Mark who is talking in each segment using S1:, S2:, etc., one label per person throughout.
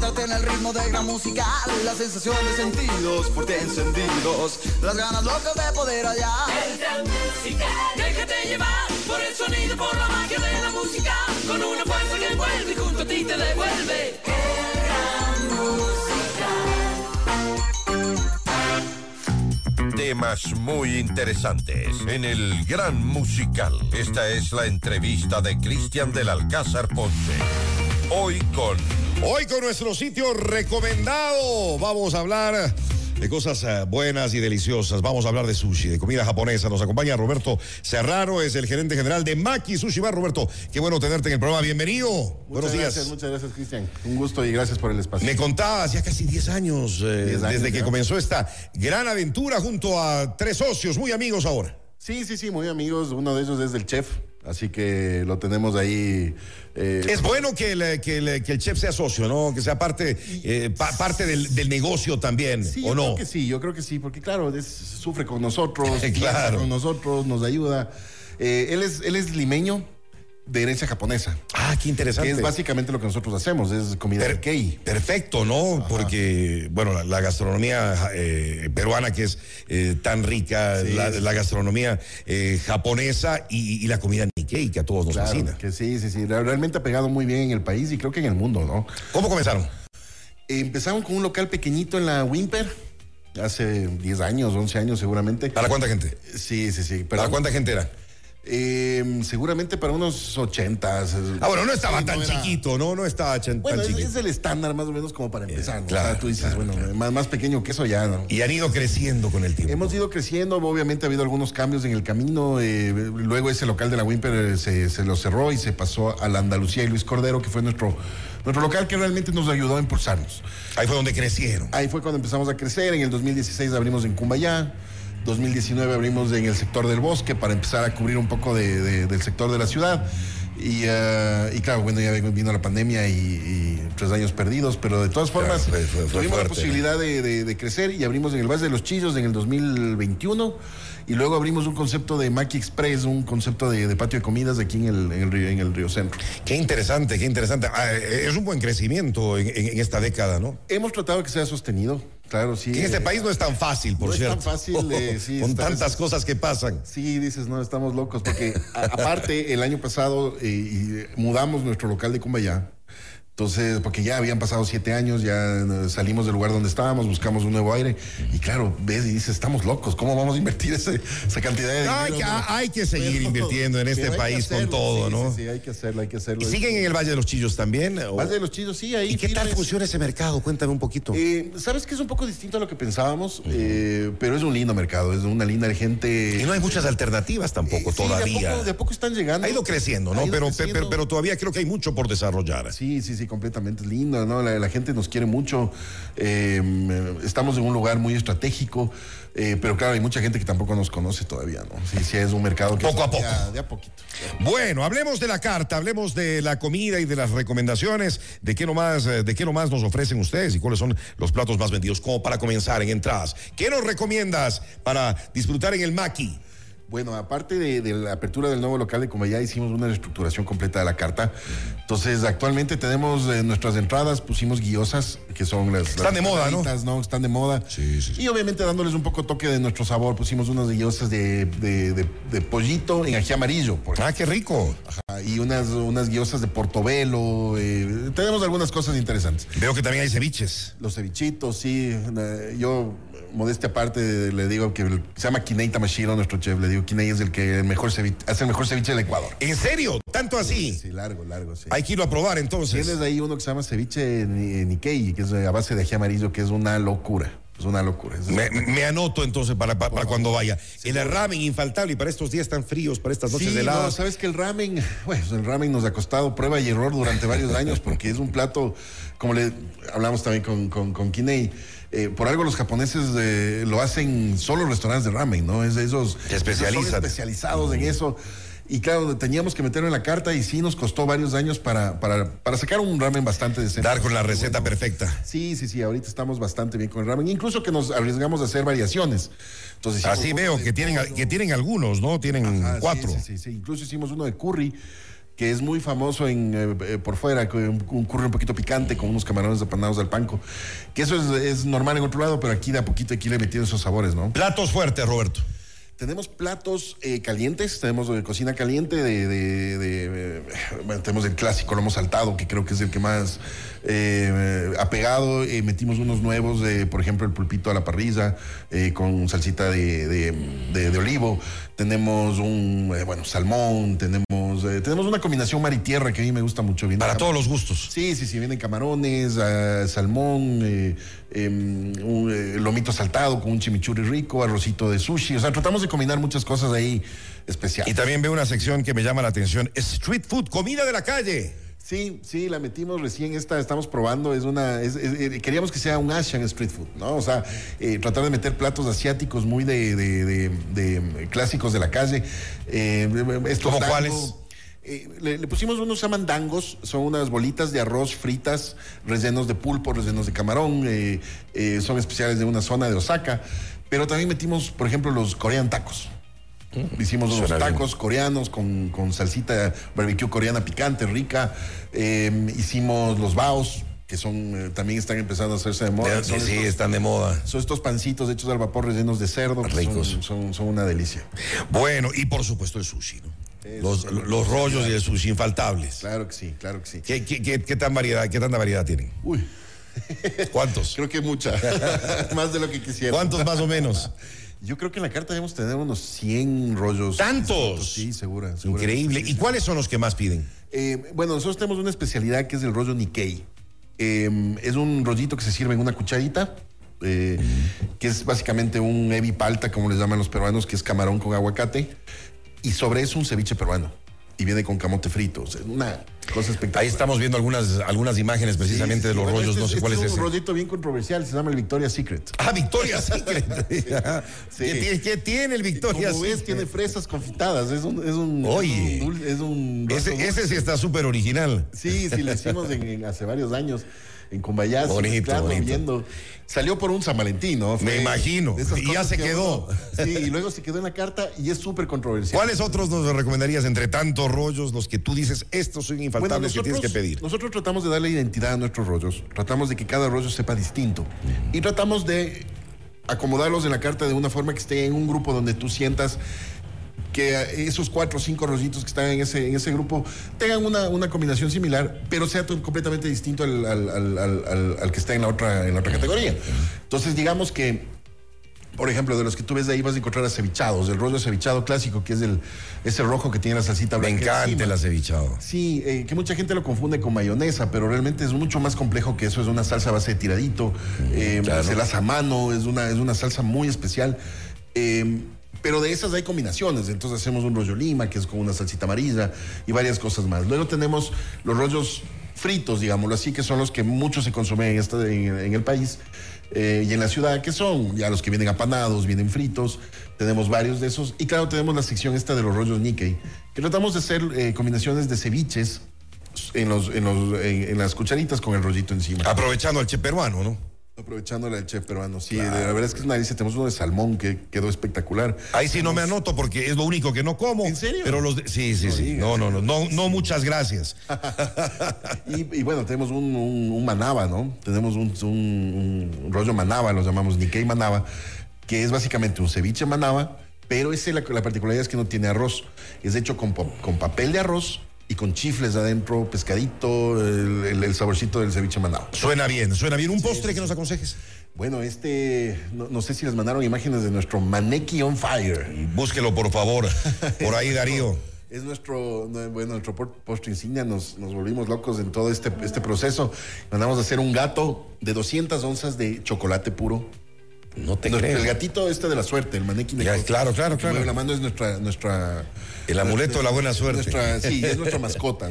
S1: Darte en el ritmo de gran musical La sensación de sentidos por ti encendidos Las ganas locas de poder hallar
S2: El gran musical Déjate llevar por el sonido, por la magia de la música Con una fuerza que envuelve y junto a ti te devuelve El gran musical
S3: Temas muy interesantes en el Gran Musical. Esta es la entrevista de Cristian del Alcázar Ponce. Hoy con
S4: Hoy con nuestro sitio recomendado vamos a hablar de cosas eh, buenas y deliciosas. Vamos a hablar de sushi, de comida japonesa. Nos acompaña Roberto Serrano, es el gerente general de Maki Sushi Bar. Roberto, qué bueno tenerte en el programa. Bienvenido.
S5: Muchas
S4: Buenos
S5: gracias,
S4: días.
S5: Muchas gracias, Cristian. Un gusto y gracias por el espacio.
S4: Me contabas ya casi 10 años, eh, 10 años desde que ¿no? comenzó esta gran aventura junto a tres socios muy amigos ahora.
S5: Sí, sí, sí, muy amigos. Uno de ellos es el chef. Así que lo tenemos ahí.
S4: Eh. es bueno que el, que, el, que el, chef sea socio, ¿no? Que sea parte, eh, pa, parte del, del, negocio también,
S5: sí,
S4: ¿o
S5: yo
S4: no?
S5: Creo que sí, yo creo que sí, porque claro, es, sufre con nosotros,
S4: claro.
S5: con nosotros, nos ayuda. Eh, él, es, él es limeño, de herencia japonesa.
S4: Ah, qué interesante.
S5: Que es básicamente lo que nosotros hacemos, es comida
S4: per
S5: kei.
S4: Perfecto, ¿no? Ajá. Porque, bueno, la, la gastronomía eh, peruana que es eh, tan rica, sí, la, la, gastronomía eh, japonesa y, y, la comida Nikkei, que a todos nos
S5: claro,
S4: fascina.
S5: Que sí, sí, sí. Realmente ha pegado muy bien en el país y creo que en el mundo, ¿no?
S4: ¿Cómo comenzaron?
S5: Empezaron con un local pequeñito en la Wimper hace 10 años, 11 años seguramente.
S4: ¿Para cuánta gente?
S5: Sí, sí, sí.
S4: ¿Para cuánta gente era?
S5: Eh, seguramente para unos 80.
S4: Ah, bueno, no estaba sí, tan no era... chiquito, ¿no? No estaba tan
S5: bueno,
S4: chiquito.
S5: Es, es, el estándar más o menos como para empezar.
S4: Eh, claro,
S5: o sea, tú dices,
S4: claro,
S5: bueno,
S4: claro.
S5: Más, más pequeño que eso ya, ¿no?
S4: Y han ido creciendo con el tiempo.
S5: Hemos ido creciendo, obviamente ha habido algunos cambios en el camino. Eh, luego ese local de la Wimper eh, se, se, lo cerró y se pasó a la Andalucía y Luis Cordero, que fue nuestro, nuestro local que realmente nos ayudó a impulsarnos.
S4: Ahí fue donde crecieron.
S5: Ahí fue cuando empezamos a crecer. En el 2016 abrimos en Cumbayá. 2019 abrimos en el sector del bosque para empezar a cubrir un poco de, de, del sector de la ciudad. Y, uh, y, claro, bueno, ya vino la pandemia y, y tres años perdidos, pero de todas formas
S4: claro, fue, fue, fue
S5: tuvimos
S4: fuerte,
S5: la posibilidad eh. de, de, crecer y abrimos en el Valle de los Chillos en el 2021 y luego abrimos un concepto de Maki Express, un concepto de, de patio de comidas aquí en el, en el, río, en el río Centro.
S4: Qué interesante, qué interesante. Ah, es un buen crecimiento en, en, en, esta década, ¿no?
S5: Hemos tratado que sea sostenido. Claro, sí.
S4: Que en este eh, país no es tan fácil, por
S5: no
S4: cierto.
S5: No es tan fácil, eh, sí,
S4: Con tantas veces, cosas que pasan.
S5: Sí, dices, no, estamos locos, porque a, aparte, el año pasado eh, y mudamos nuestro local de Cumbayá. Entonces, porque ya habían pasado siete años, ya eh, salimos del lugar donde estábamos, buscamos un nuevo aire. Y claro, ves y dices, estamos locos, ¿cómo vamos a invertir ese, esa cantidad de dinero?
S4: Hay que, hay que seguir Pero, invirtiendo en este país con
S5: hacerlo,
S4: todo,
S5: sí,
S4: ¿no?
S5: Sí, sí, hay que hacerlo, hay que hacerlo.
S4: ¿Y siguen en el Valle de los Chillos también?
S5: ¿o? Valle de los Chillos, sí, ahí.
S4: ¿Y qué tal
S5: firmes?
S4: funciona ese mercado? Cuéntame un poquito.
S5: Eh, Sabes que es un poco distinto a lo que pensábamos, uh -huh. eh, pero es un lindo mercado, es una linda gente.
S4: Y no hay muchas alternativas tampoco
S5: eh, sí,
S4: todavía.
S5: De a, poco, de a, poco, están llegando.
S4: Ha ido creciendo, ¿no?
S5: Ido
S4: pero,
S5: creciendo.
S4: Pero, pero todavía creo que hay mucho por desarrollar.
S5: Sí, sí, sí, completamente. Es lindo, ¿no? La, la, gente nos quiere mucho. Eh, estamos en un lugar muy estratégico, eh, pero claro, hay mucha gente que tampoco nos conoce todavía, ¿no? Sí, sí, es un mercado que.
S4: Poco a poco.
S5: De, de a poquito.
S4: Bueno, hablemos de la carta, hablemos de la comida y de las recomendaciones, de qué nomás, eh, de qué nomás nos ofrecen ustedes y cuáles son los platos más vendidos, como para comenzar en entradas. ¿Qué nos recomiendas para disfrutar en el Maki?
S5: Bueno, aparte de, de, la apertura del nuevo local de Comayá, hicimos una reestructuración completa de la carta. Entonces, actualmente tenemos eh, nuestras entradas, pusimos guiosas, que son las.
S4: Están
S5: las
S4: de moda, ¿no?
S5: ¿no? Están de moda.
S4: Sí, sí, sí.
S5: Y obviamente dándoles un poco toque de nuestro sabor, pusimos unas guiosas de, de, de pollito en ají amarillo.
S4: Por ah, qué rico.
S5: Ajá, y unas, unas guiosas de portobelo. Eh, tenemos algunas cosas interesantes.
S4: Veo que también hay ceviches.
S5: Los cevichitos, sí. eh, Yo modestia aparte, le digo que se llama Kinei Tamashiro, nuestro chef. Le digo, Kinei es el que el mejor ceviche, hace el mejor ceviche del Ecuador.
S4: ¿En serio? ¿Tanto así?
S5: Sí, sí largo, largo, sí.
S4: Hay que irlo a probar entonces.
S5: Tienes ahí uno que se llama ceviche eh, Nikkei, que es a base de ají amarillo, que es una locura. Es una locura. Es
S4: me, me, anoto entonces para, para, para cuando vaya. Sí, el ramen infaltable y para estos días tan fríos, para estas noches
S5: sí,
S4: heladas. No,
S5: sabes que el ramen, bueno, el ramen nos ha costado prueba y error durante varios años porque es un plato, como le hablamos también con, con, con Kinei, eh, por algo los japoneses eh, lo hacen solo restaurantes de ramen, ¿no? Es de esos.
S4: Se especializan. Mm.
S5: Son especializados en eso. Y claro, teníamos que meterlo en la carta y sí nos costó varios años para, para, para sacar un ramen bastante decente.
S4: Dar con la receta bueno, perfecta.
S5: Sí, sí, sí, ahorita estamos bastante bien con el ramen, incluso que nos arriesgamos a hacer variaciones. Entonces, Ah,
S4: Así veo que tienen, pollo. que tienen algunos, ¿no? Tienen Ajá, cuatro.
S5: Sí, sí, sí, sí, incluso hicimos uno de curry que es muy famoso en, eh, eh, por fuera, con un, un curry un poquito picante con unos camarones apanados al panco. Que eso es, es normal en otro lado, pero aquí de a poquito aquí le metieron esos sabores, ¿no?
S4: Platos fuertes, Roberto.
S5: Tenemos platos eh, calientes, tenemos eh, cocina caliente, de, de- de, eh, bueno, tenemos el clásico lomo saltado, que creo que es el que más eh, eh, ha pegado. eh, metimos unos nuevos, eh, por ejemplo, el pulpito a la parrilla eh, con salsita de, de- de- de olivo. Tenemos un, eh, bueno, salmón, tenemos, eh, tenemos una combinación mar y tierra que a mí me gusta mucho. Viene
S4: Para
S5: cam-
S4: todos los gustos.
S5: Sí, sí, sí, vienen camarones, ah, salmón, eh, em, un, eh, lomito saltado con un chimichurri rico, arrocito de sushi. O sea, tratamos de combinar muchas cosas ahí
S4: Y
S5: especiales.
S4: también veo una sección que me llama la atención. Street food, comida de la calle.
S5: Sí, sí, la metimos recién esta, estamos probando, es una, es- es- eh, queríamos que sea un Asian Street Food, ¿no? O sea, eh, tratar de meter platos asiáticos muy de, de- de- de, eh, clásicos de la calle. Eh, estos
S4: ¿Cómo
S5: dango-
S4: cuáles?
S5: Eh, le, le pusimos unos llaman dangos, son unas bolitas de arroz fritas, rellenos de pulpo, rellenos de camarón, eh, eh, son especiales de una zona de Osaka, pero también metimos, por ejemplo, los corean tacos. Hicimos unos
S4: Suena bien.
S5: tacos coreanos con, con salsita barbecue coreana picante, rica. Eh, hicimos los baos, que son eh, también están empezando a hacerse de moda. Son
S4: sí,
S5: estos-
S4: están de moda.
S5: son estos pancitos hechos al vapor rellenos de cerdo. que son-
S4: Ricos.
S5: Son, son una delicia.
S4: Bueno, y por supuesto el sushi, ¿no? Los, los rollos y el sushi infaltables.
S5: Claro que sí, claro que sí.
S4: ¿Qué, qué, qué- qué tan variedad, ¿Qué tanta variedad tienen?
S5: Uy,
S4: ¿Cuántos?
S5: creo que mucha. Más de lo que quisiera.
S4: ¿Cuántos más o menos?
S5: Yo creo que en la carta debemos tener unos 100 rollos.
S4: ¿Tantos?
S5: Sí, segura. segura.
S4: Increíble. ¿Y cuáles son los que más piden?
S5: Eh, bueno, nosotros tenemos una especialidad que es el rollo Nikkei. Eh, es un rollito que se sirve en una cucharita, eh, que es básicamente un heavy palta, como les llaman los peruanos, que es camarón con aguacate, y sobre eso un ceviche peruano. Y viene con camote frito. O sea, una cosa espectacular.
S4: Ahí estamos viendo algunas, algunas imágenes
S5: Sí,
S4: precisamente
S5: sí,
S4: de
S5: sí.
S4: los
S5: Bueno,
S4: rollos,
S5: este
S4: no sé
S5: este
S4: cuál es
S5: Es
S4: ese.
S5: un rollito bien controversial, se llama el Victoria Secret.
S4: Ah, Victoria Secret.
S5: Sí.
S4: ¿Qué, tiene, qué tiene el Victoria
S5: Como ves, tiene fresas confitadas. Es un. Es un
S4: Oye.
S5: Es un. dul- es un rollo
S4: Ese,
S5: dulce.
S4: ese sí está súper original.
S5: Sí, sí, lo hicimos en, en- hace varios años en Cumbayá.
S4: Bonito, bonito.
S5: viendo. Salió por un San Valentín, ¿no?
S4: Me imagino.
S5: de esas
S4: Y ya
S5: cosas
S4: se
S5: que
S4: quedó.
S5: uno- sí, y luego se quedó en la carta y es súper controversial.
S4: ¿Cuáles otros nos recomendarías entre tantos rollos, los que tú dices, estos son infaltables
S5: Bueno,
S4: que tienes que pedir?
S5: Nosotros tratamos de darle identidad a nuestros rollos. Tratamos de que cada rollo sepa distinto. Y tratamos de acomodarlos en la carta de una forma que esté en un grupo donde tú sientas que eh, esos cuatro o cinco rollitos que están en ese, en ese grupo tengan una, una combinación similar, pero sea to- completamente distinto al, al- al- al- al- al que está en la, otra, en la otra categoría. Entonces, digamos que por ejemplo, de los que tú ves de ahí vas a encontrar acevichados, el rollo acevichado clásico, que es el, ese rojo que tiene la salsita
S4: Me
S5: blanca.
S4: encanta
S5: encima.
S4: el acevichado.
S5: Sí, eh, que mucha gente lo confunde con mayonesa, pero realmente es mucho más complejo que eso. Es una salsa a base de tiradito, eh, se la hace a mano, es una, es una salsa muy especial. Eh, pero de esas hay combinaciones. Entonces hacemos un rollo lima, que es con una salsita amarilla y varias cosas más. Luego tenemos los rollos fritos, digámoslo así, que son los que muchos se consumen en, esta- en- en el país eh, y en la ciudad, que son ya los que vienen apanados, vienen fritos, tenemos varios de esos. Y claro, tenemos la sección esta de los rollos Nikkei, que tratamos de hacer eh, combinaciones de ceviches en, los, en, los, en, en las cucharitas con el rollito encima.
S4: Aprovechando al che peruano, ¿no?
S5: Aprovechando la del chef peruano, sí, la verdad es que es una delicia. Tenemos uno de salmón que quedó espectacular.
S4: Ahí sí no me anoto porque es lo único que no como.
S5: ¿En serio?
S4: Pero los de- Sí, sí, sí. No, no, no. No, no muchas gracias.
S5: Y, y bueno, tenemos un, un- un manaba, ¿no? Tenemos un, un- un rollo manaba, lo llamamos Nikkei manaba, que es básicamente un ceviche manaba, pero ese, la, la particularidad es que no tiene arroz. Es hecho con, pa- con papel de arroz y con chifles de adentro, pescadito, el, el- el saborcito del ceviche manaba.
S4: Suena bien, suena bien. ¿Un postre que nos aconsejes?
S5: Bueno, este, no, no sé si les mandaron imágenes de nuestro maneki on fire.
S4: Búsquelo, por favor. Por ahí, Darío.
S5: Es nuestro, no, bueno, nuestro por- postre insignia, nos, nos volvimos locos en todo este, este proceso. Mandamos a hacer un gato de 200 onzas de chocolate puro.
S4: No te
S5: Nuestro- el gatito este de la suerte, el manequín.
S4: Ya, claro, claro, claro.
S5: La mano es nuestra, nuestra...
S4: El amuleto de la buena suerte.
S5: nuestra- sí, es nuestra mascota,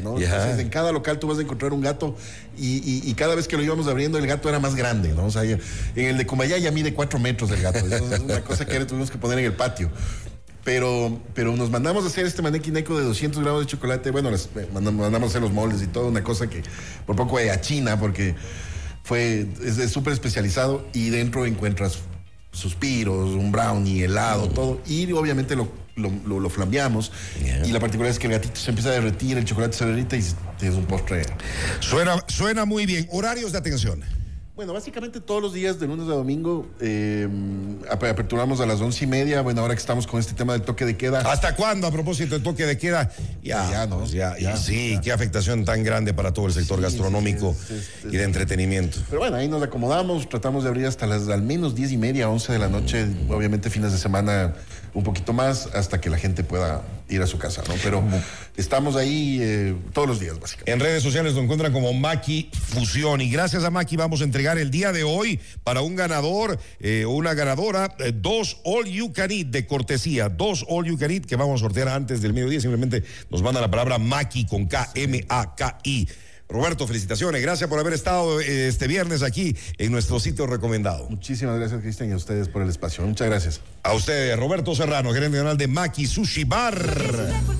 S5: ¿no?
S4: Ya.
S5: Entonces, en cada local tú vas a encontrar un gato y, y- y cada vez que lo íbamos abriendo el gato era más grande, ¿no? O sea, ya- en el de Cumayá ya mide cuatro metros el gato. Eso es una cosa que le tuvimos que poner en el patio. Pero, pero nos mandamos a hacer este manequín eco de 200 gramos de chocolate. Bueno, las- eh, mandam- mandamos a hacer los moldes y todo, una cosa que por poco eh, a China, porque fue es es súper especializado y dentro encuentras suspiros, un brownie, helado, todo. Y obviamente lo, lo, lo- lo flambeamos. Y la particularidad es que el gatito se empieza a derretir, el chocolate se derrita y es es un postre.
S4: Suena, suena muy bien. Horarios de atención.
S5: Bueno, básicamente todos los días, de lunes a domingo, eh, ap- aperturamos a las once y media. Bueno, ahora que estamos con este tema del toque de queda.
S4: ¿Hasta cuándo, a propósito del toque de queda? Ya,
S5: Ya, ¿no?
S4: pues ya,
S5: Ya,
S4: y sí, qué afectación tan grande para todo el sector gastronómico
S5: sí, es- es-
S4: y de entretenimiento.
S5: Pero bueno, ahí nos acomodamos, tratamos de abrir hasta las al menos diez y media, once de la noche, obviamente fines de semana un poquito más, hasta que la gente pueda ir a su casa, ¿no? Pero estamos ahí eh, todos los días, básicamente.
S4: En redes sociales lo encuentran como Maki Fusión. Y gracias a Maki vamos a entregar el día de hoy para un ganador eh, o una ganadora eh, dos All You Can Eat de cortesía. Dos All You Can Eat que vamos a sortear antes del mediodía. Simplemente nos mandan la palabra Maki con K-M-A-K-I. Roberto, felicitaciones. Gracias por haber estado eh, este viernes aquí en nuestro sitio recomendado.
S5: Muchísimas gracias, Cristian, y a ustedes por el espacio. Muchas gracias.
S4: A ustedes, Roberto Serrano, gerente general de Maki Sushi Bar.